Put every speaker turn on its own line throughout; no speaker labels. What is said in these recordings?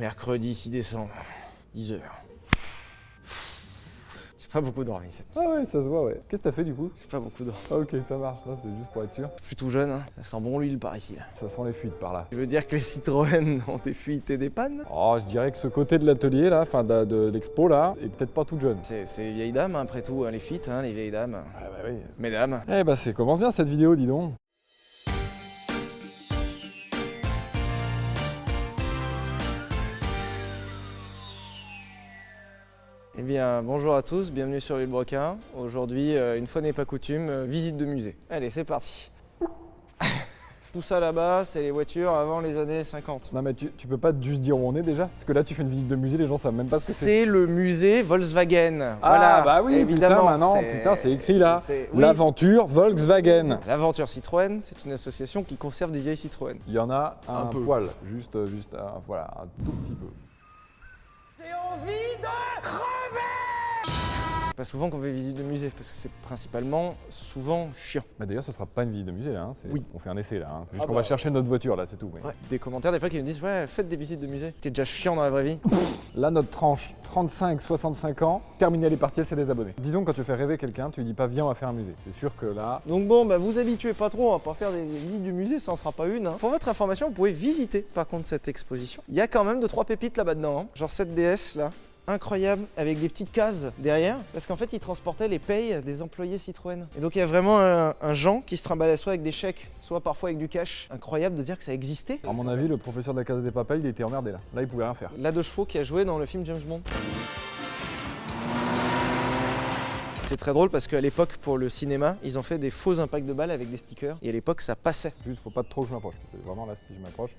Mercredi 6 décembre, 10h. J'ai pas beaucoup dormi cette nuit.
Ah ouais, ça se voit, ouais. Qu'est-ce que t'as fait du coup
J'ai pas beaucoup dormi.
Ah ok, ça marche. Non, c'était juste pour être sûr.
Je suis tout jeune, hein. ça sent bon l'huile par ici. Là.
Ça sent les fuites par là.
Tu veux dire que les Citroën ont des fuites et des pannes
Oh, je dirais que ce côté de l'atelier là, enfin de, de l'expo là, est peut-être pas tout jeune.
C'est c'est les vieilles dames, hein, après tout, hein, les fuites, hein, les vieilles dames.
Ah bah oui.
Mesdames.
Eh bah, c'est commence bien cette vidéo, dis donc.
Eh bien, bonjour à tous, bienvenue sur l'île Broquin. Aujourd'hui, euh, une fois n'est pas coutume, euh, visite de musée. Allez, c'est parti. Tout ça là-bas, c'est les voitures avant les années 50.
Non mais tu, tu peux pas juste dire où on est déjà Parce que là, tu fais une visite de musée, les gens savent même pas ce que Ah, c'est.
C'est le musée Volkswagen.
Ah
voilà,
bah oui,
évidemment.
putain, maintenant, putain, c'est écrit là.
c'est- oui.
L'aventure Volkswagen.
L'aventure Citroën, c'est une association qui conserve des vieilles Citroën.
Il y en a un,
Un peu.
poil, juste, juste un, voilà, un tout petit peu.
Pas souvent qu'on fait visite de musée, parce que c'est principalement souvent chiant.
Bah d'ailleurs, ce sera pas une visite de musée là. Hein. c'est-
Oui.
On fait un essai là. hein. C'est Juste
Ah
qu'on
bah.
va chercher notre voiture là, c'est tout. mais-
Des commentaires des fois qui nous disent ouais faites des visites de musée. C'est déjà chiant dans la vraie vie.
Là, notre tranche 35-65 ans, terminer les partiels, c'est des abonnés. Disons, que quand tu fais rêver quelqu'un, tu lui dis pas viens, on va faire un musée. C'est sûr que là,
Donc bon bah vous habituez pas trop, on va pas faire des visites du musée, ça en sera pas une. hein. Pour votre information, vous pouvez visiter par contre cette exposition. Il y a quand même deux trois pépites là-bas dedans. hein. Genre cette DS là. Incroyable, avec des petites cases derrière, parce qu'en fait, ils transportaient les payes des employés Citroën. Et donc, il y a vraiment un, un Jean qui se trimballait soit avec des chèques, soit parfois avec du cash. Incroyable de dire que ça existait.
à mon avis, le professeur de la Casa des Papels, il était emmerdé là. Là, il pouvait rien faire.
La de chevaux qui a joué dans le film James Bond. C'est très drôle parce qu'à l'époque, pour le cinéma, ils ont fait des faux impacts de balles avec des stickers. Et à l'époque, ça passait.
Juste, faut pas trop que je m'approche. C'est vraiment là, si je m'approche,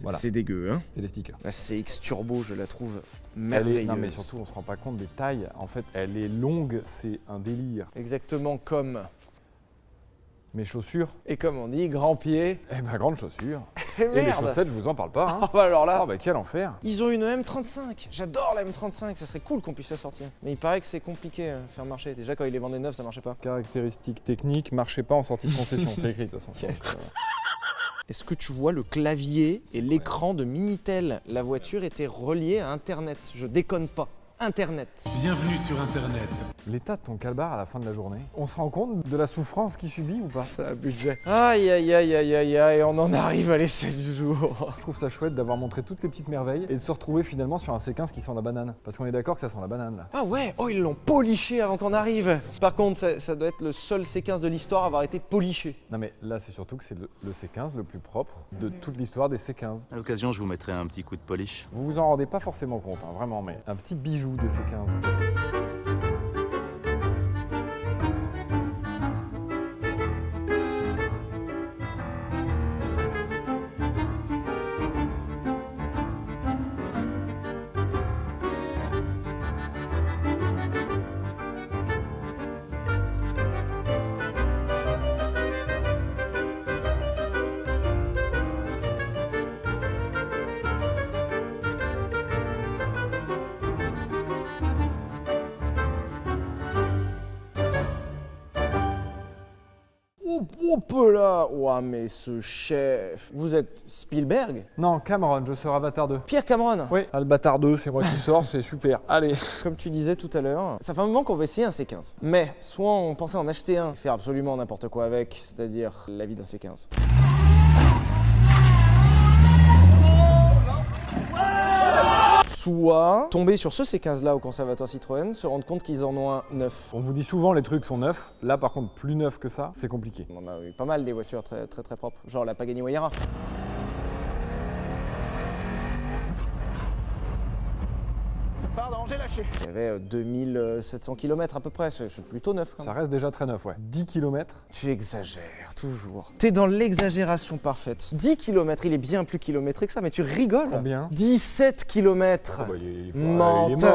Voilà.
C'est dégueu, hein
c'est les stickers.
La CX Turbo, je la trouve
Elle
merveilleuse.
est- non, mais surtout, on se rend pas compte des tailles. En fait, elle est longue, c'est un délire.
Exactement comme.
Mes chaussures,
Et comme on dit, grand pied.
eh ben, grandes chaussures.
Et
Et les
merde
chaussettes, je vous en parle pas.
Oh
Hein.
bah alors là
Ah, bah, quel enfer.
Ils ont une M35, j'adore la M35, ça serait cool qu'on puisse la sortir. Mais il paraît que c'est compliqué à faire marcher. Déjà quand ils les vendaient neufs, ça marchait pas.
Caractéristiques techniques, marchez pas en sortie de concession, c'est écrit de toute façon.
Yes.
Donc, euh,
Est-ce que tu vois le clavier et l'écran de Minitel La voiture était reliée à Internet. Je déconne pas. Internet.
Bienvenue sur Internet.
L'état de ton calbar à la fin de la journée, on se rend compte de la souffrance qu'il subit ou pas
Ça a budget. Aïe aïe aïe aïe aïe aïe, on en arrive à l'essai du jour.
Je trouve ça chouette d'avoir montré toutes les petites merveilles et de se retrouver finalement sur un C15 qui sent la banane. Parce qu'on est d'accord que ça sent la banane là.
Ah ouais, oh ils l'ont poliché avant qu'on arrive. Par contre, ça, ça doit être le seul séquence de l'histoire à avoir été poliché.
Non mais là c'est surtout que c'est le, le C15 le plus propre de toute l'histoire des C15.
À l'occasion, je vous mettrai un petit coup de polish.
Vous vous en rendez pas forcément compte, hein, vraiment, mais un petit bijou de C15.
Oh, oh peu là Ouah mais ce chef Vous êtes Spielberg
Non, Cameron, je sors Avatar 2.
Pierre Cameron
Oui, Avatar 2, c'est moi qui sors, c'est super. Allez.
Comme tu disais tout à l'heure, ça fait un moment qu'on veut essayer un C15. Mais soit on pensait en acheter un, et faire absolument n'importe quoi avec, c'est-à-dire la vie d'un C15. Soit tomber sur ce C15 là au conservatoire Citroën, se rendre compte qu'ils en ont un neuf.
On vous dit souvent les trucs sont neufs. Là par contre, plus neuf que ça, c'est compliqué.
On en a eu pas mal des voitures très très très propres, genre la Pagani Huayra.
Pardon, j'ai lâché.
Il y avait euh, 2700 km à peu près, c'est c'est plutôt neuf quand même.
Ça reste déjà très neuf, ouais. 10 km.
Tu exagères, toujours. T'es dans l'exagération parfaite. 10 km, il est bien plus kilométré que ça, mais tu rigoles.
Combien
17 km.
Ah bah, il, il-
Menteur.
il est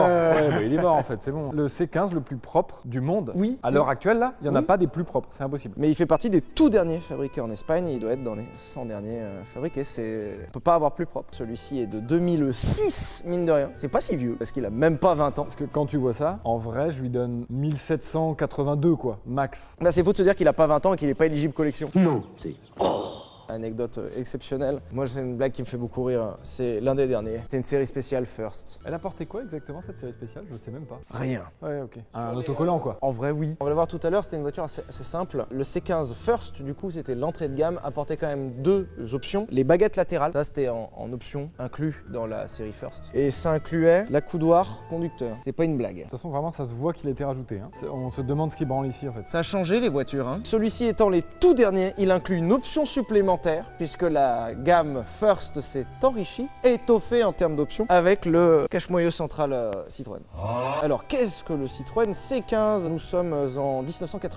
mort. Ouais, bah, il est mort en fait, c'est bon. Le C15 le plus propre du monde.
Oui.
À l'heure actuelle, là, il n'y en a
Oui.
pas des plus propres. C'est impossible.
Mais il fait partie des tout derniers fabriqués en Espagne, il doit être dans les 100 derniers euh, fabriqués, c'est... on peut pas avoir plus propre. Celui-ci est de 2006, mine de rien. C'est pas si vieux, parce qu'il a même pas 20 ans.
Parce que quand tu vois ça, en vrai, je lui donne 1782, quoi, max.
Bah, Là, c'est faux de se dire qu'il a pas 20 ans et qu'il est pas éligible collection.
Non, c'est.
Anecdote euh, exceptionnelle. Moi, j'ai une blague qui me fait beaucoup rire. C'est l'un des derniers. C'est une série spéciale First.
Elle apportait quoi exactement cette série spéciale Je sais même pas.
Rien.
Ouais, ok. Un autocollant quoi.
En vrai, oui. On va le voir tout à l'heure, c'était une voiture assez, assez simple. Le C15 First, du coup, c'était l'entrée de gamme, apportait quand même deux options. Les baguettes latérales, ça c'était en, en option inclus dans la série First. Et ça incluait la coudoir conducteur. C'est pas une blague.
De toute façon, vraiment, ça se voit qu'il a été rajouté. hein. C'est- On se demande ce qui branle ici en fait.
Ça a changé les voitures. Hein. Celui-ci étant les tout derniers, il inclut une option supplémentaire, puisque la gamme First s'est enrichie, et étoffée en termes d'options, avec le cache-moyeu central euh, Citroën. Alors qu'est-ce que le Citroën C15 Nous sommes en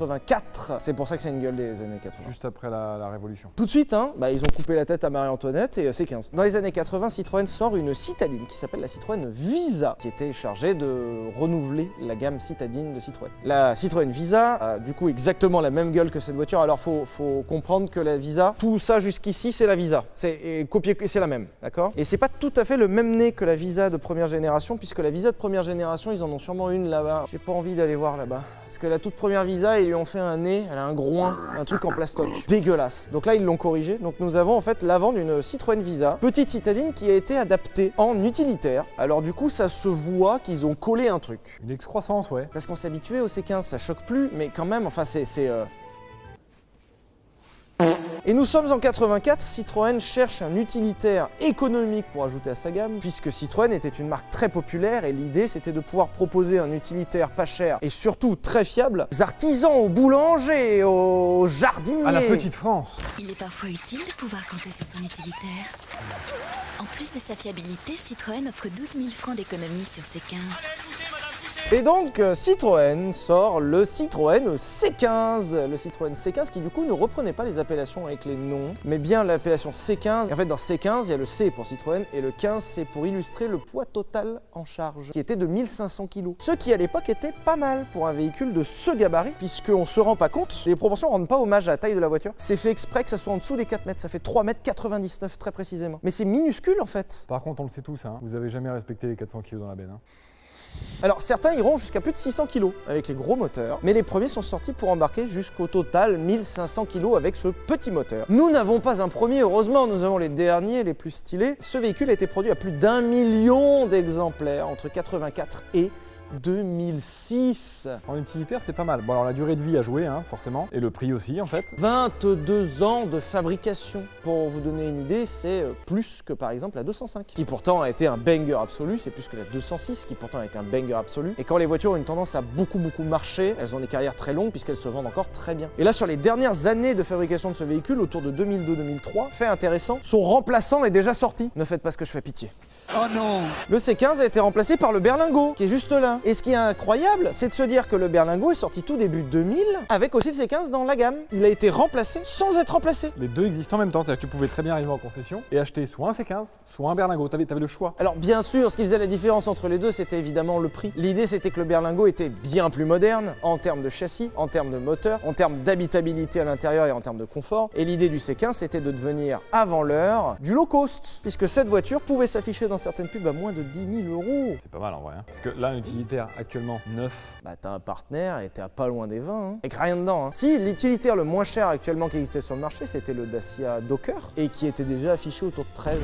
1984, c'est pour ça que c'est une gueule des années 80.
Juste après la, la Révolution.
Tout de suite, hein, bah, ils ont coupé la tête à Marie-Antoinette et euh, c'est 15. Dans les années 80, Citroën sort une citadine qui s'appelle la Citroën Visa, qui était chargée de renouveler la gamme citadine de Citroën. La Citroën Visa a du coup exactement la même gueule que cette voiture. Alors faut, faut comprendre que la Visa, tout ça jusqu'ici, c'est la Visa. C'est et copié, c'est la même, d'accord Et c'est pas tout à fait le même nez que la Visa de première génération, puisque la Visa de première génération, ils en ont sûrement une là-bas. J'ai pas envie d'aller voir là-bas. Parce que la toute première Visa, ils lui ont fait un nez, elle a un groin, un truc en plastoc. Dégueulasse. Donc là, ils l'ont corrigé. Donc nous avons en fait l'avant d'une Citroën Visa, petite citadine qui a été adaptée en utilitaire. Alors du coup, ça se voit qu'ils ont collé un truc.
Une excroissance, ouais.
Parce qu'on s'habituait au C15, ça choque plus, mais quand même, enfin, c'est. c'est, euh, Et nous sommes en 84, Citroën cherche un utilitaire économique pour ajouter à sa gamme, puisque Citroën était une marque très populaire et l'idée c'était de pouvoir proposer un utilitaire pas cher et surtout très fiable aux artisans, aux boulangers, aux jardiniers.
À la petite France.
Il est parfois utile de pouvoir compter sur son utilitaire. En plus de sa fiabilité, Citroën offre 12 000 francs d'économie sur ses 15.
Et donc euh, Citroën sort le Citroën C15, le Citroën C15 qui du coup ne reprenait pas les appellations avec les noms, mais bien l'appellation C15. Et en fait dans C15 il y a le C pour Citroën et le 15 c'est pour illustrer le poids total en charge qui était de 1500 kg. Ce qui à l'époque était pas mal pour un véhicule de ce gabarit puisqu'on se rend pas compte, les proportions rendent pas hommage à la taille de la voiture. C'est fait exprès que ça soit en dessous des 4 mètres, ça fait 3 mètres 99 très précisément. Mais c'est minuscule en fait.
Par contre, on le sait tous, hein, vous avez jamais respecté les 400 kilos dans la benne. hein.
Alors certains iront jusqu'à plus de 600 kg avec les gros moteurs, mais les premiers sont sortis pour embarquer jusqu'au total 1500 kg avec ce petit moteur. Nous n'avons pas un premier, heureusement, nous avons les derniers, les plus stylés. Ce véhicule a été produit à plus d'un million d'exemplaires entre 84 et 2006.
En utilitaire, c'est pas mal. Bon, alors la durée de vie à jouer, hein, forcément, et le prix aussi, en fait.
22 ans de fabrication. Pour vous donner une idée, c'est euh, plus que par exemple la 205, qui pourtant a été un banger absolu, c'est plus que la 206, qui pourtant a été un banger absolu. Et quand les voitures ont une tendance à beaucoup beaucoup marcher, elles ont des carrières très longues puisqu'elles se vendent encore très bien. Et là, sur les dernières années de fabrication de ce véhicule, autour de 2002-2003, fait intéressant, son remplaçant est déjà sorti. Ne faites pas ce que je fais pitié. Le C15 a été remplacé par le Berlingot, qui est juste là. Et ce qui est incroyable, c'est de se dire que le Berlingot est sorti tout début 2000, avec aussi le C15 dans la gamme. Il a été remplacé sans être remplacé.
Les deux existent en même temps, c'est-à-dire que tu pouvais très bien arriver en concession et acheter soit un C15, soit un berlingot. T'avais avais le choix.
Alors bien sûr, ce qui faisait la différence entre les deux, c'était évidemment le prix. L'idée, c'était que le Berlingot était bien plus moderne en termes de châssis, en termes de moteur, en termes d'habitabilité à l'intérieur et en termes de confort. Et l'idée du C15, c'était de devenir avant l'heure du low cost, puisque cette voiture pouvait s'afficher dans certaines pubs à moins de 10 000 euros.
C'est pas mal en vrai. hein. Parce que là, un utilitaire actuellement neuf,
Bah t'as un partenaire et t'es à pas loin des 20, hein. avec rien dedans. hein. Si l'utilitaire le moins cher actuellement qui existait sur le marché, c'était le Dacia Docker, et qui était déjà affiché autour de 13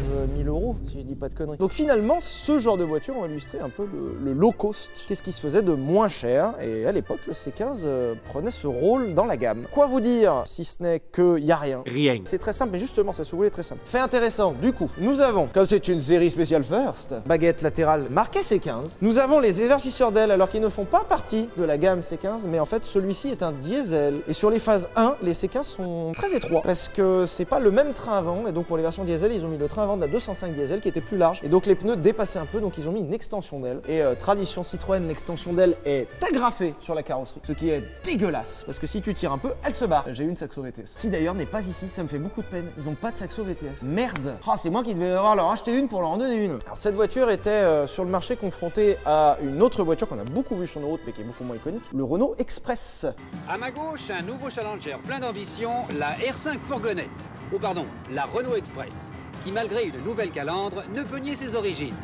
000 euros, si je dis pas de conneries. Donc finalement, ce genre de voiture ont illustré un peu le, le low cost. Qu'est-ce qui se faisait de moins cher Et à l'époque, le C15 euh, prenait ce rôle dans la gamme. Quoi vous dire, si ce n'est que y a rien
Rien.
c'est très simple, mais justement, ça se voulait très simple. Fait intéressant, du coup, nous avons, comme c'est une série spéciale First, baguette latérale marquée C15, nous avons les élargisseurs d'aile, alors qu'ils ne font pas partie de la gamme C15, mais en fait, celui-ci est un diesel. Et sur les phases 1, les C15 sont très étroits, parce que c'est pas le même train avant, et donc pour les versions diesel, ils ont mis le train avant de la 205 diesel qui était plus large, et donc les pneus dépassaient un peu, donc ils ont mis une extension d'aile. Et euh, tradition Citroën, l'extension d'aile est agrafée sur la carrosserie, ce qui est dégueulasse, parce que si tu tires un peu, elle se barre. J'ai eu une saxo VTS, qui d'ailleurs n'est pas ici, ça me fait beaucoup de peine. Ils ont pas de saxo VTS. Merde Ah, c'est moi qui devais avoir leur acheté une pour leur en donner une. Alors, cette voiture était euh, sur le marché confrontée à une autre voiture qu'on a beaucoup vue sur nos routes, mais qui est beaucoup moins iconique, le Renault Express.
À ma gauche, un nouveau challenger plein d'ambition, la R5 Fourgonnette, ou pardon, la Renault Express, qui malgré une nouvelle calandre ne peut nier ses origines.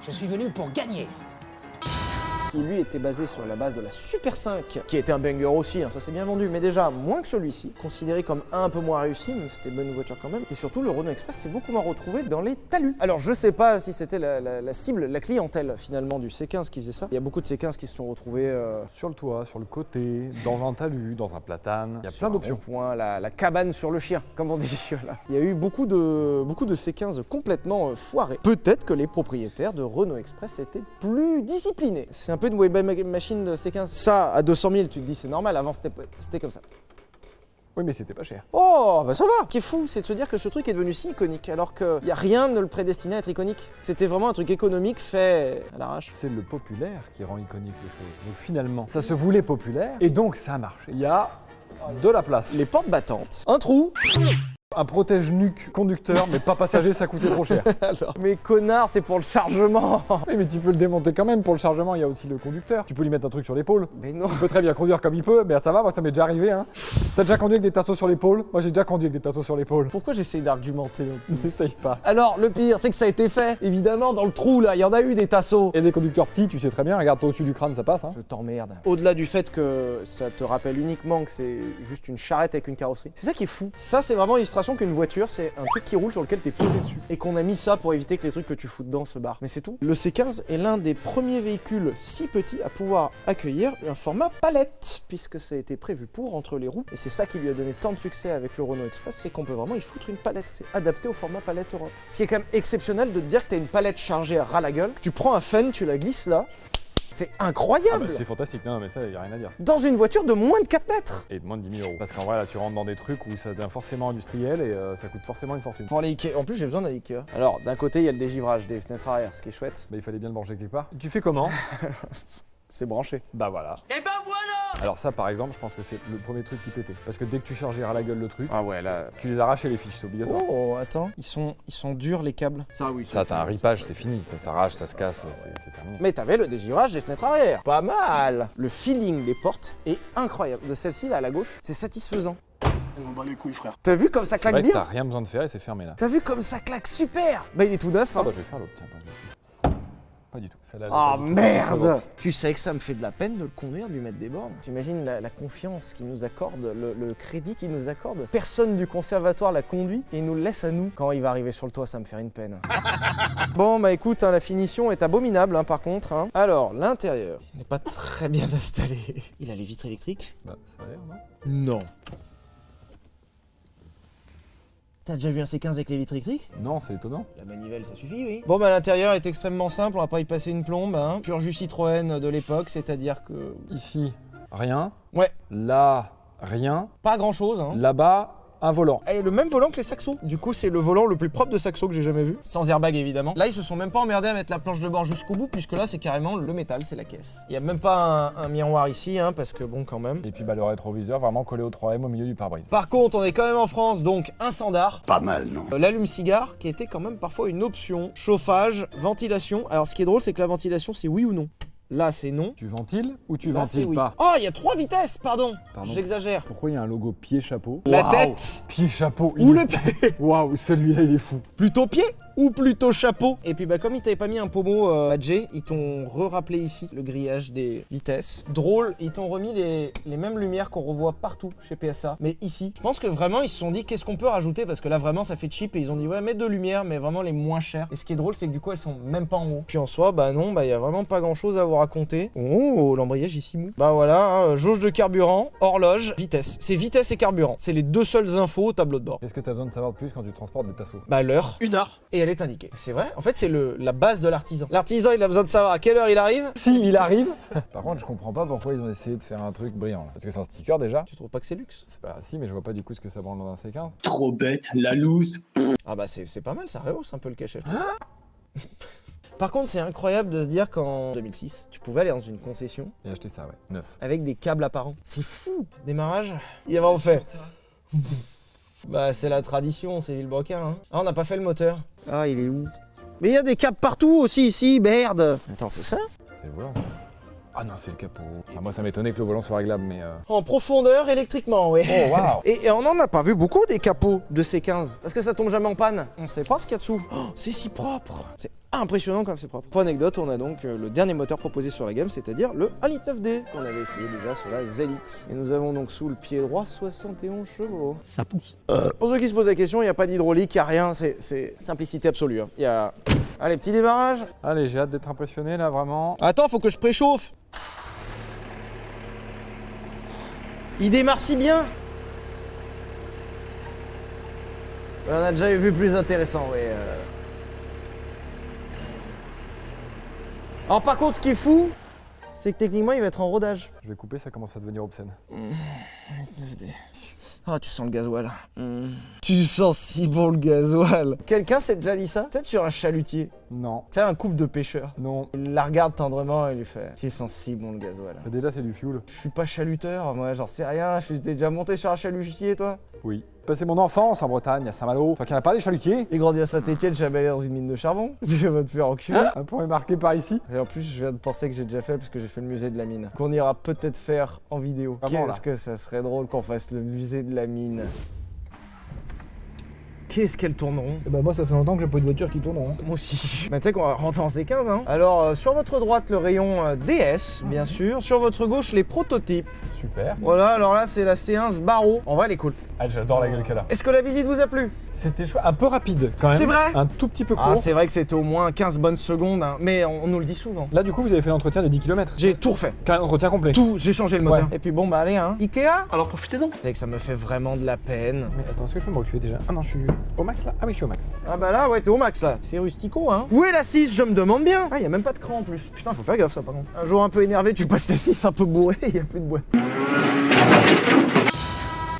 Je suis venu pour gagner.
qui lui était basé sur la base de la Super 5, qui était un banger aussi, hein, ça s'est bien vendu, mais déjà moins que celui-ci, considéré comme un peu moins réussi, mais c'était une bonne voiture quand même. Et surtout, le Renault Express s'est beaucoup moins retrouvé dans les talus. Alors je sais pas si c'était la, la- la cible, la clientèle finalement du C15 qui faisait ça. Il y a beaucoup de C15 qui se sont retrouvés. euh,
Sur le toit, sur le côté, dans un talus, dans un platane. Il y a
sur
plein
un
d'options.
rond-point, la, la cabane sur le chien, comme on dit. voilà. Il y a eu beaucoup de, beaucoup de C15 complètement euh, foirés. Peut-être que les propriétaires de Renault Express étaient plus disciplinés. C'est un peu une web machine de C15. Ça, à 200 000, tu te dis c'est normal, avant c'était c'était comme ça.
Oui, mais c'était pas cher.
Oh, bah ça va Ce qui est fou, c'est de se dire que ce truc est devenu si iconique, alors qu'il n'y a rien ne le prédestiné à être iconique. C'était vraiment un truc économique fait à l'arrache.
C'est le populaire qui rend iconique les choses. Donc finalement, ça se voulait populaire et donc ça marche. Il y a de la place.
Les portes battantes, un trou,
Un protège-nuque conducteur, mais pas passager, ça coûtait trop cher.
alors. Mais connard, c'est pour le chargement
Oui, mais tu peux le démonter quand même. Pour le chargement, il y a aussi le conducteur. Tu peux lui mettre un truc sur l'épaule.
Mais non
Il peut très bien conduire comme il peut, mais ça va, moi ça m'est déjà arrivé. Hein. T'as déjà conduit avec des tasseaux sur l'épaule Moi j'ai déjà conduit avec des tasseaux sur l'épaule.
Pourquoi j'essaye d'argumenter
N'essaye pas.
Alors, le pire, c'est que ça a été fait. Évidemment, dans le trou, là, il y en a eu des tasseaux.
Et des conducteurs petits, tu sais très bien, regarde, toi au-dessus du crâne, ça passe. Hein.
Je t'emmerde. Au-delà du fait que ça te rappelle uniquement que c'est juste une charrette avec une carrosserie, c'est ça qui est fou. Ça, c'est vraiment l'illustration qu'une voiture, c'est un truc qui roule sur lequel t'es posé dessus. Et qu'on a mis ça pour éviter que les trucs que tu fous dedans se barrent. Mais c'est tout. Le C15 est l'un des premiers véhicules si petits à pouvoir accueillir un format palette, puisque ça a été prévu pour entre les roues. Et c'est ça qui lui a donné tant de succès avec le Renault Express, c'est qu'on peut vraiment y foutre une palette. C'est adapté au format palette Europe. Ce qui est quand même exceptionnel de te dire que t'as une palette chargée à ras la gueule, que tu prends un fan, tu la glisses là. C'est
Ah
incroyable!
bah, c'est fantastique, non mais ça y a rien à dire.
dans une voiture de moins de 4 mètres.
Et de moins de 10 000 euros. Parce qu'en vrai là tu rentres dans des trucs où ça devient forcément industriel et euh, ça coûte forcément une fortune.
Pour aller Ikea, en plus j'ai besoin d'aller Ikea. Alors d'un côté il y a le dégivrage des fenêtres arrière, ce qui est chouette,
Bah il fallait bien le manger quelque part. Tu fais comment
c'est branché.
Bah voilà. Et ben voilà Alors ça par exemple, je pense que c'est le premier truc qui pétait. Parce que dès que tu charges à la gueule le truc,
Ah ouais là.
tu les arraches et les fiches, c'est obligatoire.
Oh attends, ils sont, ils sont durs les câbles. Ça oui.
Ça t'as un ripage, c'est fini, ça s'arrache, ça se casse, c'est c'est terminé.
Mais t'avais le dégivrage des fenêtres arrière. Pas mal. Le feeling des portes est incroyable. De celle-ci là à la gauche, c'est satisfaisant.
On bat les couilles, frère.
T'as vu comme ça
C'est vrai
claque
que t'as
bien
rien besoin de faire et c'est fermé là.
T'as vu comme ça claque super Bah il est tout neuf.
Ah
Hein.
bah je vais faire l'autre, tiens, attends. Pas du tout. Celle-là, j'ai
Ah
pas du tout.
merde Tu sais que ça me fait de la peine de le conduire, de lui mettre des bornes. T'imagines la, la confiance qu'il nous accorde, le, le crédit qu'il nous accorde. Personne du conservatoire la conduit et il nous le laisse à nous. Quand il va arriver sur le toit, ça me fait une peine. bon bah écoute, hein, la finition est abominable hein, par contre. hein. Alors, l'intérieur n'est pas très bien installé. Il a les vitres électriques
Bah, ça a l'air, non
Non. T'as déjà vu un C15 avec les vitres électriques
Non, c'est étonnant.
la manivelle, ça suffit, oui. Bon, bah, l'intérieur est extrêmement simple, on va pas y passer une plombe. Hein. Pur jus Citroën de l'époque, c'est-à-dire que.
Ici, rien.
Ouais.
Là, rien.
Pas grand-chose. Hein.
Là-bas, un volant.
Et le même volant que les Saxos. Du coup, c'est le volant le plus propre de Saxo que j'ai jamais vu. Sans airbag, évidemment. Là, ils se sont même pas emmerdés à mettre la planche de bord jusqu'au bout, puisque là, c'est carrément le métal, c'est la caisse. Il y a même pas un, un miroir ici, hein, parce que bon, quand même.
Et puis bah, le rétroviseur vraiment collé au 3M au milieu du pare-brise.
Par contre, on est quand même en France, donc un standard. Pas mal, non L'allume-cigare, qui était quand même parfois une option. Chauffage, ventilation. Alors, ce qui est drôle, c'est que la ventilation, c'est oui ou non. Là, c'est non.
Tu ventiles ou tu
Là, c'est
ventiles
oui.
pas
Oh, il y a trois vitesses, pardon.
Pardon.
J'exagère.
Pourquoi il y a un logo pied-chapeau
La
Waouh
tête
Pied-chapeau il
ou
est-
le pied
Waouh, celui-là il est fou.
Plutôt pied ou plutôt chapeau Et puis bah comme ils t'avaient pas mis un pommeau euh, badgé, ils t'ont re-rappelé ici le grillage des vitesses. Drôle, ils t'ont remis les, les mêmes lumières qu'on revoit partout chez PSA, mais ici. Je pense que vraiment ils se sont dit qu'est-ce qu'on peut rajouter parce que là vraiment ça fait cheap et ils ont dit ouais mets deux lumières mais vraiment les moins chères. Et ce qui est drôle c'est que du coup elles sont même pas en haut. Puis en soi bah non bah il y a vraiment pas grand chose à vous raconter. Oh l'embrayage ici mou. Bah voilà, hein, jauge de carburant, horloge, vitesse. C'est vitesse et carburant. C'est les deux seules infos au tableau de bord.
Qu'est-ce que t'as besoin de savoir de plus quand tu transportes des tasseaux
Bah l'heure. Une heure. Et elle est indiquée. C'est vrai. En fait, c'est le- la base de l'artisan. L'artisan, il a besoin de savoir à quelle heure il arrive.
Si, il arrive Par contre, je comprends pas pourquoi ils ont essayé de faire un truc brillant. là. Parce que c'est un sticker déjà.
Tu trouves pas que c'est luxe
C'est pas... Si, mais je vois pas du coup ce que ça branle dans un C15.
Trop bête, la loose.
Ah bah c'est c'est pas mal, ça rehausse un peu le cachet. je trouve.
Hein
Par contre, c'est incroyable de se dire qu'en 2006, tu pouvais aller dans une concession
Et acheter ça, ouais. Neuf.
avec des câbles apparents. C'est fou Démarrage Il y a vraiment fait. bah c'est la tradition, c'est Villebroquin. Hein. Ah, on n'a pas fait le moteur. Ah, il est où Mais il y a des câbles partout aussi ici, merde Attends, c'est ça
C'est le volant. ça. Ah non, c'est le capot. Ah, moi, ça m'étonnait que le volant soit réglable, mais. euh,
En profondeur électriquement, oui.
Oh waouh
Et, et on n'en a pas vu beaucoup des capots de C15. Parce que ça tombe jamais en panne. On sait pas ce qu'il y a dessous. Oh, c'est si propre. C'est
impressionnant comme c'est propre. Pour anecdote, on a donc euh, le dernier moteur proposé sur la gamme, c'est-à-dire le 1.9D qu'on avait essayé déjà sur la ZX. Et nous avons donc sous le pied droit 71 chevaux. Euh,
Ça pousse.
Pour ceux qui se posent la question, il n'y a pas d'hydraulique, il n'y a rien, c'est- c'est simplicité absolue. hein. Il y a... Allez, petit démarrage
Allez, j'ai hâte d'être impressionné là, vraiment.
Attends, faut que je préchauffe Il démarre si bien Ouais, On a déjà vu plus intéressant, oui. euh. Alors par contre, ce qui est fou, c'est que techniquement, il va être en rodage.
Je vais couper, ça commence à devenir obscène.
Ah, tu sens le gasoil. Tu sens si bon le gasoil. Quelqu'un s'est déjà dit ça Peut-être sur un chalutier.
Non,
Tu sais, un couple de pêcheurs.
non.
Il la regarde tendrement et lui fait Tu sens si bon le gasoil.
Bah, Déjà, c'est du fuel.
Je suis pas chaluteur, moi j'en sais rien, je suis t'es déjà monté sur un chalutier toi
Oui. Passé mon enfance en Bretagne, à Saint-Malo. Toi qui en as pas des chalutiers
J'ai grandi à Saint-Etienne, jamais allé dans une mine de charbon. Je vais te faire enculer.
Hein
Un point est marqué par ici.
Et en plus, je viens de penser que j'ai déjà fait parce que j'ai fait le musée de la mine. Qu'on ira peut-être faire en vidéo.
Vraiment,
Qu'est-ce
là.
que ça serait drôle qu'on fasse le musée de la mine Qu'est-ce qu'elles tourneront
Bah moi ça fait longtemps que j'ai pas eu de voiture qui tourne hein. en rond.
Moi aussi. Mais tu sais qu'on va rentrer en C15, hein Alors, euh, sur votre droite, le rayon euh, DS, bien sûr. Sur votre gauche, les prototypes.
Super.
Voilà, alors là, c'est la C1 Barreau. On va à l'écoute.
Ah, j'adore la gueule qu'elle a.
Est-ce que la visite vous a plu
C'était chou- un peu rapide quand même.
C'est vrai
Un tout petit peu court.
Ah, c'est vrai que c'était au moins 15 bonnes secondes, hein, mais on, on nous le dit souvent.
Là, du coup, vous avez fait l'entretien des 10 km.
J'ai tout refait,
Un entretien complet.
tout, j'ai changé le moteur.
Ouais.
Et puis bon, bah allez, hein. Ikea Alors profitez-en C'est que ça me fait vraiment de la peine.
Mais attends, est-ce que je peux me reculer déjà Ah non, je suis au max là. Ah oui, je suis au max.
Ah bah là, ouais, t'es au max là. C'est rustico, hein. Où est la 6 Je me demande bien. Ah, y a même pas de cran en plus. Putain, faut faire gaffe ça, par contre. Un jour un peu énervé, tu passes la 6 un peu bourré, y a plus de boîte.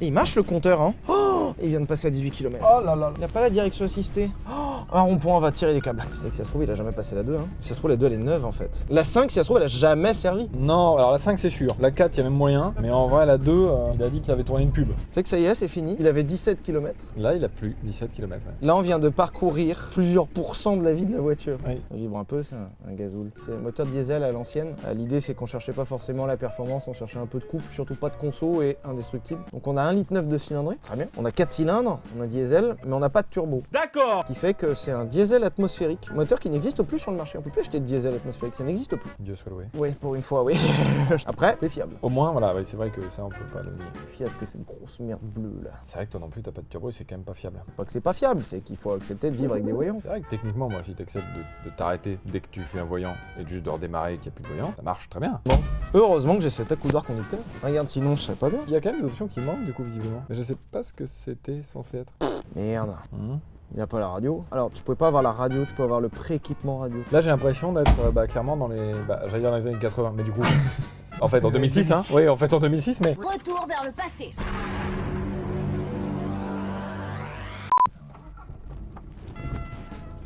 Et il marche le compteur, hein. Oh Il vient de passer à 18 km.
Oh là là.
Il n'y a pas la direction assistée. Oh, un rond-point va tirer des câbles. Tu sais que si ça se trouve, il a jamais passé la 2. Hein. Si ça se trouve, la 2, elle est neuve en fait. La 5, si ça se trouve, elle a jamais servi. Tu
Non, alors la 5 c'est sûr, la 4 il y a même moyen, mais en vrai la 2, euh, il a dit qu'il avait tourné une pub.
sais que ça y est, c'est fini. Il avait 17 km.
Là il a plus 17 km.
Là, on vient de parcourir plusieurs pourcents de la vie de la voiture.
Oui.
Ça vibre un peu, c'est un, un gazoul. C'est un moteur diesel à l'ancienne. Euh, L'idée, c'est qu'on cherchait pas forcément la performance, on cherchait un peu de couple, surtout pas de conso et indestructible. Donc, on a 1,9 litre de cylindrée. Très bien. On a 4 cylindres, on a diesel, mais on n'a pas de turbo. D'accord Qui fait que c'est un diesel atmosphérique, moteur qui n'existe plus sur le marché. On peut plus acheter de diesel atmosphérique, ça n'existe plus.
Dieu soit loué.
Oui, pour une fois, oui. Après, c'est fiable.
Au moins voilà, ouais, c'est vrai que ça on peut pas le nier.
Fiable que cette grosse merde bleue là.
C'est vrai que toi non plus t'as pas de turbo et c'est quand même pas fiable.
Pas que c'est pas fiable, c'est qu'il faut accepter de vivre avec des voyants.
C'est vrai que techniquement moi si t'acceptes de, de t'arrêter dès que tu fais un voyant et juste de redémarrer qu'il n'y a plus de voyant, ça marche très bien.
Heureusement que j'ai cet accoudoir conducteur. Regarde, sinon je sais pas bien.
Il y a quand même des options qui manquent du coup visiblement. Mais je sais pas ce que c'était censé être. Hmm.
Merde, il a pas la radio. Alors tu pouvais pas avoir la radio, tu peux avoir le pré-équipement radio.
Là j'ai l'impression d'être euh, bah, clairement dans les. Bah, j'allais dire dans les années 80, mais du coup. en fait en 2006 hein Oui en fait en 2006 mais.
Retour vers le passé.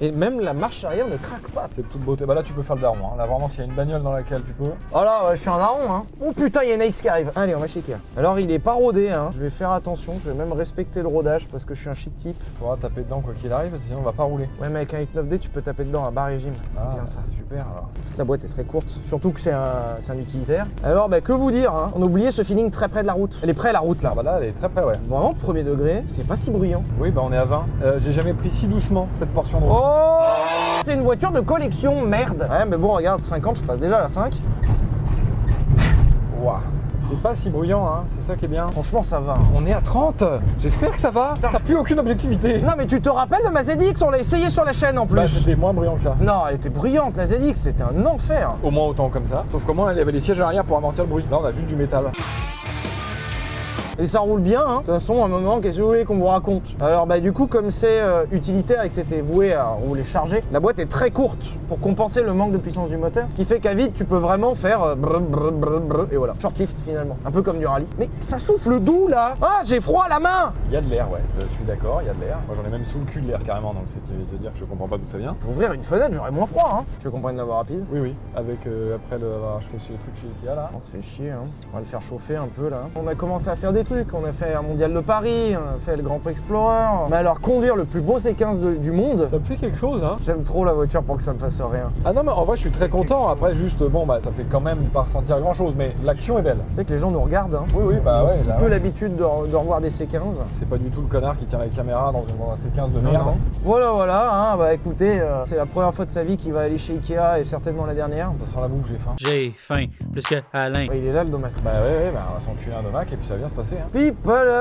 Et même la marche arrière ne craque pas.
C'est de toute beauté. Bah là tu peux faire le daron. hein. Là vraiment s'il y a une bagnole dans laquelle tu peux.
Oh là, ouais, je suis un daron, hein. Oh putain, il y a une X qui arrive. Allez, on va chez Kia. Alors il est pas rodé, hein. Je vais faire attention, je vais même respecter le rodage parce que je suis un chic type.
Faudra taper dedans quoi qu'il arrive, sinon on va pas rouler. Ah.
Ouais, mais avec un 9D, tu peux taper dedans à bas régime. C'est bien ça.
Super alors.
La boîte est très courte, surtout que c'est un, c'est un utilitaire. Alors, bah, que vous dire, hein, on a oublié ce feeling très près de la route. Elle est près la route là.
Ah bah là elle est très près ouais.
Vraiment, premier degré, c'est pas si bruyant.
Oui bah on est à 20. Euh, J'ai jamais pris si doucement cette portion de route.
Oh C'est une voiture de collection, merde Ouais, mais bon, regarde, 50, je passe déjà à la 5. Oh.
Ouah. C'est pas si bruyant hein, c'est ça qui est bien.
Franchement, ça va. hein.
On est à 30 J'espère que ça va T'as plus aucune objectivité
Non, mais tu te rappelles de ma ZX On l'a essayé sur la chaîne en plus.
Bah c'était moins bruyant que ça.
non, elle était brillante, la ZX, c'était un enfer.
Au moins autant comme ça. Sauf qu'au moins elle avait les sièges à l'arrière pour amortir le bruit. Là on a juste du métal.
Et ça roule bien, hein. De toute façon, à un moment, qu'est-ce que vous voulez qu'on vous raconte Alors, bah, du coup, comme c'est euh, utilitaire et que c'était voué à rouler chargé, la boîte est très courte pour compenser le manque de puissance du moteur, qui fait qu'à vide, tu peux vraiment faire euh, brr, brr, brr, brr, et voilà. Short lift finalement, un peu comme du rallye. Mais ça souffle doux là Ah, j'ai froid à la main
Il y a de l'air ouais, je suis d'accord, il y a de l'air. Moi j'en ai même sous le cul de l'air carrément donc c'est de dire que je comprends pas d'où ça vient.
Je vais ouvrir une fenêtre, j'aurai moins froid, hein. Tu veux qu'on prenne la voie rapide
Oui oui, avec euh, après le- avoir acheté chez les trucs chez Ikea là.
On se fait chier, hein. On va le faire chauffer un peu là. On a commencé à faire des trucs. On a fait un mondial de Paris, on a fait le Grand Prix Explorer. Mais alors, conduire le plus beau séquence de- du monde,
Ça me fait quelque chose, hein
j'aime trop la voiture pour que ça me fasse rien.
Ah non, mais en vrai, je suis très content. Après, juste, bon, bah, ça fait quand même pas ressentir grand chose, mais l'action est belle.
Tu sais que les gens nous regardent, hein.
Oui, oui,
Ils
bah
ont
ouais.
si
là,
peu
ouais.
l'habitude de, re- de revoir des C15.
C'est pas du tout le connard qui tient la caméra dans une dans un séquence de merde.
Voilà, voilà, hein, bah écoutez, euh, c'est la première fois de sa vie qu'il va aller chez Ikea et certainement la dernière.
Ça sent la bouffe, j'ai faim.
J'ai faim, plus que Alain.
Bah, il est là le dommage.
Bah ouais, ouais, bah on va s'enculer un domac et puis ça va bien se passer. Hein.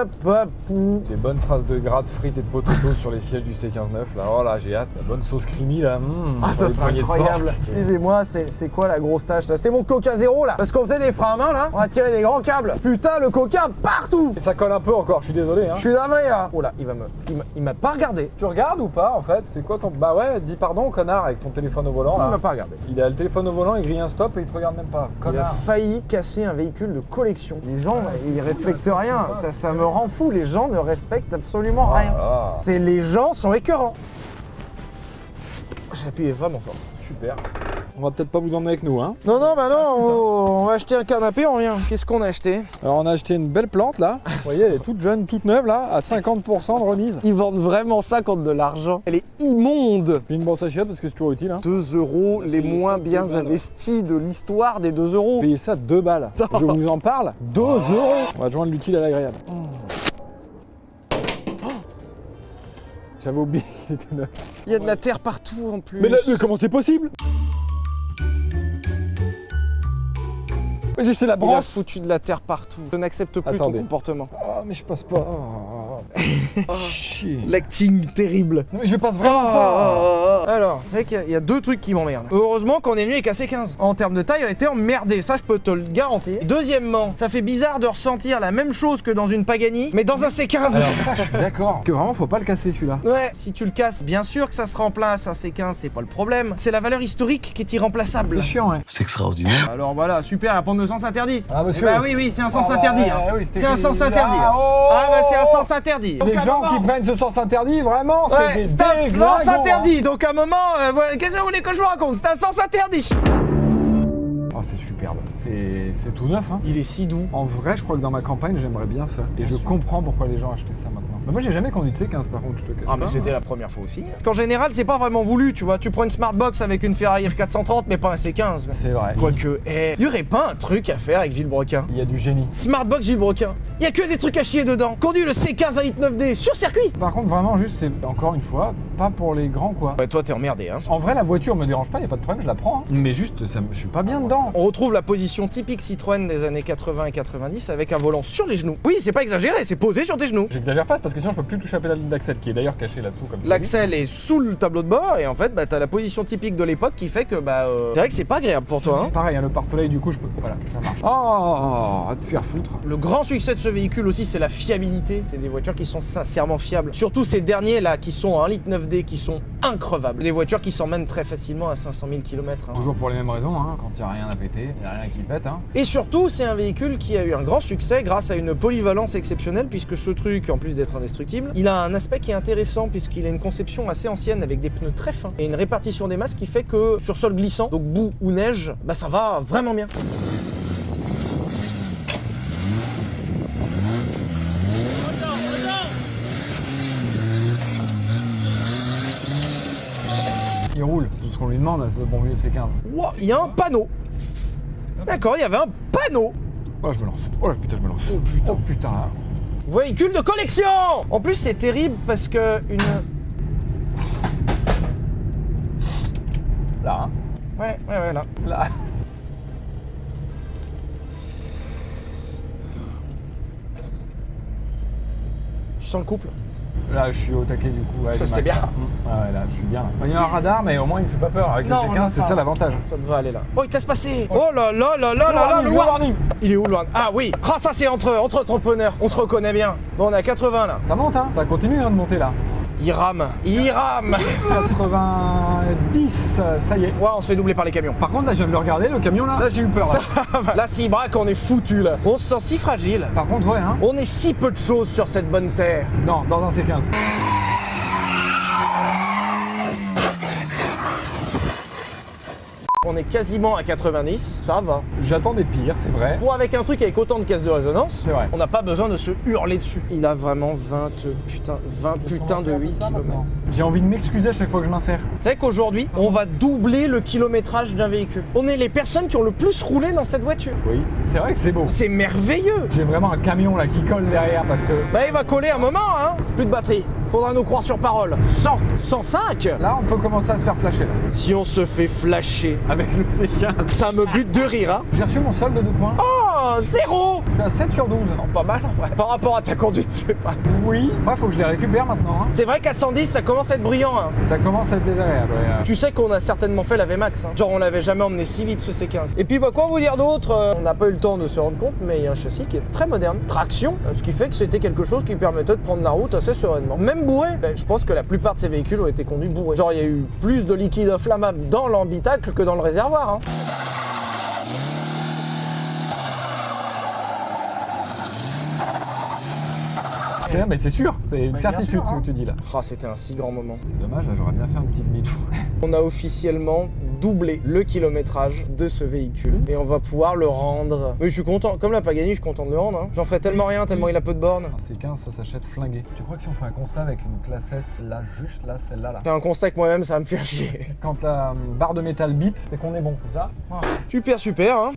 Pipalapapou.
Des bonnes traces de gras, de frites et de potatoes sur les sièges du C15-9. Là, oh là, j'ai hâte. La bonne sauce creamy, là. mm,
Ah,
sur
ça
les
sera
poignées de porte.
incroyable. Excusez-moi, c'est c'est quoi la grosse tâche là C'est mon coca zéro là Parce qu'on faisait des freins à main là, on a tiré des grands câbles. Putain, le coca partout
Et ça colle un peu encore, je suis désolé. Hein.
Je suis navré là Oh là, il va me. il m'a- Il m'a pas regardé
Tu regardes ou pas en fait C'est quoi ton. Bah ouais, dis pardon, connard, avec ton téléphone au volant.
Il
Là.
m'a pas regardé.
Il a le téléphone au volant, il grille un stop et il te regarde même pas.
Il a
Connard.
failli casser un véhicule de collection. Les gens, ils respectent rien. Ça, ça me rend fou, les gens ne respectent absolument rien.
Ah,
C'est les gens sont écœurants. J'ai appuyé vraiment fort.
super. On va peut-être pas vous emmener avec nous, hein.
Non, non, bah non, on, on va acheter un canapé, on vient. Qu'est-ce qu'on a acheté
Alors on a acheté une belle plante là. Vous voyez, elle est toute jeune, toute neuve là, à 50% de remise.
Ils vendent vraiment ça contre de l'argent. Elle est immonde
Puis une brosse à chiottes parce que c'est toujours utile. Hein.
2 euros les moins bien investis de l'histoire des 2 euros.
Payez ça 2 balles. Je vous en parle, 2 euros. On va joindre l'utile à l'agréable.
Oh.
J'avais oublié qu'il était neuf.
Il y a de la terre partout en plus.
Mais, là, mais comment c'est possible Mais J'ai jeté la
Il a
brosse
foutu de la terre partout. Je n'accepte plus
Attendez.
ton comportement.
Oh mais je passe pas. Oh,
Ah.
Chier.
L'acting terrible.
Non, mais je passe vraiment pas.
Oh. Ah. Alors, c'est vrai qu'il y a- il y, a deux trucs qui m'emmerdent. Heureusement qu'on est venu avec AC15. En termes de taille, on était emmerdé, ça je peux te le garantir. Deuxièmement, ça fait bizarre de ressentir la même chose que dans une Pagani, mais dans un C15.
Ça, je suis d'accord. Que vraiment, faut pas le casser celui-là.
Ouais, si tu le casses, bien sûr que ça se remplace, un C15, c'est pas le problème. C'est la valeur historique qui est irremplaçable.
C'est chiant, hein. ouais.
C'est extraordinaire.
Alors voilà, super, la pente de sens interdit.
Ah,
Eh
monsieur.
bah oui, oui, c'est un sens
Ah,
interdit.
ouais,
hein.
ouais, oui, c'était
c'est un
écrit
sens
là.
interdit. hein.
Oh.
ah bah c'est un sens interdit. Donc,
Les
à un
gens
moment-
qui prennent ce sens interdit, vraiment, c'est
Ouais,
des hein.
c'est un
déglingos,
sens interdit. Donc à un moment, euh, voilà, qu'est-ce que vous voulez que je vous raconte C'est un sens interdit.
hein. Oh, c'est superbe. C'est c'est tout neuf, hein.
Il est si doux.
En vrai, je crois que dans ma campagne, j'aimerais bien ça. Et je comprends pourquoi les gens achetaient ça maintenant. Mais moi, j'ai jamais conduit de C15 par contre, je te cache. pas.
Ah, la première fois aussi. Parce qu'en général, c'est pas vraiment voulu, tu vois. Tu prends une Smartbox avec une Ferrari F430, mais pas un C15.
C'est vrai.
Quoique, eh, y aurait pas un truc à faire avec Villebrequin
Il y a du génie.
Smartbox Villebrequin. Y a que des trucs à chier dedans. Conduis le C15 à 9D sur circuit.
Par contre, vraiment, juste, c'est encore une fois, pas pour les grands, quoi.
Bah toi t'es emmerdé hein.
En vrai, la voiture me dérange pas, y a pas de problème, je la prends. hein. Mais juste, ça, me- je suis pas bien dedans.
On retrouve la position typique Citroën des années 80 et 90 avec un volant sur les genoux. Oui, c'est pas exagéré, c'est posé sur tes genoux.
J'exagère pas parce que sinon je peux plus toucher à la pédale d'axel qui est d'ailleurs cachée là-dessous comme tu dis.
L'axel est sous le tableau de bord et en fait bah t'as la position typique de l'époque qui fait que bah euh, c'est vrai que c'est pas agréable pour toi hein.
Pareil, hein, le pare-soleil du coup je peux. Voilà, ça marche. Oh, à te faire foutre.
Le grand succès de ce véhicule aussi, c'est la fiabilité. C'est des voitures qui sont sincèrement fiables. Surtout ces derniers là, qui sont à 1,9 litre 9D, qui sont increvables. Des voitures qui s'emmènent très facilement à 500 000 km.
Toujours pour les mêmes raisons, hein, quand il a rien à péter, il a rien qui pète. Hein.
Et surtout, c'est un véhicule qui a eu un grand succès grâce à une polyvalence exceptionnelle, puisque ce truc, en plus d'être indestructible, il a un aspect qui est intéressant, puisqu'il a une conception assez ancienne avec des pneus très fins et une répartition des masses qui fait que sur sol glissant, donc boue ou neige, bah ça va vraiment bien.
Il roule, c'est tout ce qu'on lui demande à ce bon vieux C15.
Wow, il y a un panneau. D'accord, il y avait un panneau.
Oh là, je me lance. Oh là, putain, je me lance. Oh putain. Oh putain. là.
Véhicule de collection En plus, c'est terrible parce que une.
Là, hein.
Ouais, ouais, ouais, là.
Là.
Tu sens le couple
Là, je suis au taquet du coup. Ouais,
Ça,
du
c'est
max.
bien.
Mmh. Ouais, ouais, là, je suis bien. là. Il y a un radar, mais au moins il me fait pas peur. Avec
Non,
le
on a
C15, c'est
ça.
ça l'avantage.
Ça devrait aller là. Oh, il te laisse passer Oh là là là là là
Warning,
là, le
Oh, le
warning
warning.
Il est où le warning Ah oui Ah, ça c'est entre, entre entrepreneurs, on se reconnaît bien. Bon, on est à 80 là.
Ça monte, hein. Ça continue hein, de monter là.
Il rame Il rame
90, euh, ça y est.
Ouais, on se fait doubler par les camions.
Par contre, là, je viens de le regarder, le camion là. Là, j'ai eu peur. là.
là, s'il braque, on est foutu là. On se sent si fragile.
Par contre, ouais, hein.
On est si peu de choses sur cette bonne terre.
Non, dans un C15.
On est quasiment à 90, ça va.
J'attends des pires, c'est vrai.
Pour avec un truc avec autant de caisses de résonance,
C'est vrai.
on n'a pas besoin de se hurler dessus. Il a vraiment 20 putain, 20 putain de 8 km.
J'ai envie de m'excuser à chaque fois que je m'insère.
Tu sais qu'aujourd'hui, on va doubler le kilométrage d'un véhicule. On est les personnes qui ont le plus roulé dans cette voiture.
Oui, c'est vrai que c'est beau.
C'est merveilleux
J'ai vraiment un camion là qui colle derrière parce que
Bah il va coller un moment, hein Plus de batterie. Faudra nous croire sur parole. 100, 105
là on peut commencer à se faire flasher là,
Si on se fait flasher,
avec le C15.
ça me bute de rire, hein
J'ai reçu mon solde de 2 points.
Oh, zéro
Je suis à 7 sur 12.
Pas mal, en vrai. Par rapport à ta conduite, c'est pas...
Oui. Bref, faut que je les récupère maintenant. hein.
C'est vrai qu'à 110, ça commence à être brillant, hein
Ça commence à être désagréable. ouais, euh.
Tu sais qu'on a certainement fait la VMAX, hein. genre on l'avait jamais emmené si vite ce C15. Et puis bah quoi vous dire d'autre Euh, On n'a pas eu le temps de se rendre compte, mais il y a un châssis qui est très moderne, traction, euh, ce qui fait que c'était quelque chose qui permettait de prendre la route assez sereinement. Même bourré, bah, je pense que la plupart de ces véhicules ont été conduits bourrés. Genre il y a eu plus de liquide inflammable dans l'habitacle que dans le réservoir. hein.
Putain, mais c'est Bah, sûr, c'est une
bien
certitude
sûr,
ce
hein.
que tu dis là.
Ah c'était un si grand moment.
C'est dommage, là, j'aurais bien fait un petit demi-tour.
On a officiellement doublé le kilométrage de ce véhicule et on va pouvoir le rendre. Mais je suis content, comme la Pagani, je suis content de le rendre. hein. J'en ferai tellement rien, tellement il a peu de bornes.
Un C15, ça s'achète flingué. Tu crois que si on fait un constat avec une classe S, là, juste là, celle-là, là,
J'ai un constat que moi-même, ça va me faire chier.
quand la euh, barre de métal bip, c'est qu'on est bon, c'est ça
Super, super, hein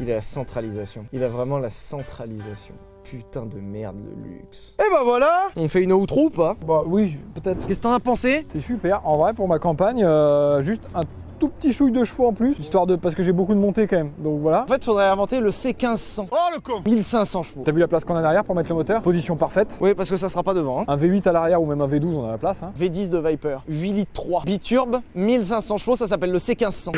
Il a la centralisation. Il a vraiment la centralisation. Putain de merde, le luxe. Et bah voilà On fait une outro ou pas
Bah oui, peut-être.
Qu'est-ce que t'en as pensé
C'est super. En vrai, pour ma campagne, euh, juste un tout petit chouille de chevaux en plus, histoire de. parce que j'ai beaucoup de montée quand même. Donc voilà.
En fait, faudrait inventer le C1500. Oh le con 1500 chevaux.
T'as vu la place qu'on a derrière pour mettre le moteur Position parfaite.
Oui, parce que ça sera pas devant. hein.
Un V8 à l'arrière ou même un V12, on a la place. Hein.
V10 de Viper, 8 litres 3, biturbe, 1500 chevaux, ça s'appelle le C1500.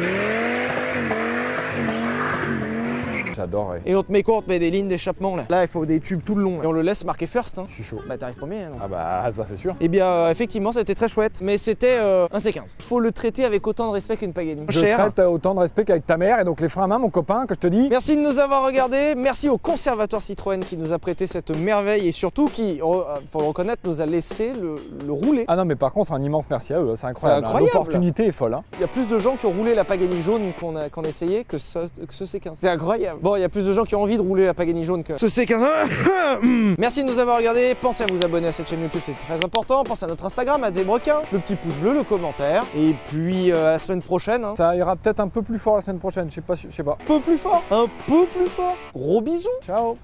J'adore, ouais.
Et on te met quoi On te met des lignes d'échappement là. Là, il faut des tubes tout le long. Et on le laisse marquer first. Hein.
Je suis chaud.
Bah, t'arrives premier. Hein, donc.
Ah bah ça c'est sûr.
Eh bien, euh, effectivement, c'était très chouette, mais c'était euh, un C15. Faut le traiter avec autant de respect qu'une Pagani.
Je traite à autant de respect qu'avec ta mère et donc les freins à main, mon copain, que je te dis.
Merci de nous avoir regardés. Merci au Conservatoire Citroën qui nous a prêté cette merveille et surtout qui, re- euh, faut le reconnaître, nous a laissé le, le rouler.
Ah non mais par contre un immense merci à eux, c'est incroyable. hein.
incroyable.
L'opportunité est folle. Hein.
Il y a plus de gens qui ont roulé la Pagani jaune qu'on a, qu'on a essayé que ce, que ce C15. C'est incroyable. Bon, il y a plus de gens qui ont envie de rouler la Pagani jaune que ce C15. Merci de nous avoir regardés. Pensez à vous abonner à cette chaîne YouTube, c'est très important. Pensez à notre Instagram, à Desbrequins, le petit pouce bleu, le commentaire. Et puis, euh, à la semaine prochaine. hein.
Ça ira peut-être un peu plus fort la semaine prochaine, je sais pas, si- je sais pas.
Un peu plus fort, un peu plus fort. Gros bisous.
Ciao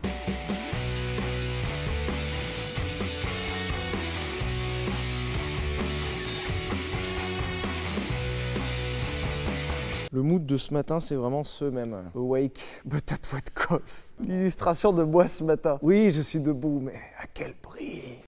Le mood de ce matin, c'est vraiment ce même. Awake, but at what cost L'illustration de moi ce matin. Oui, je suis debout, mais à quel prix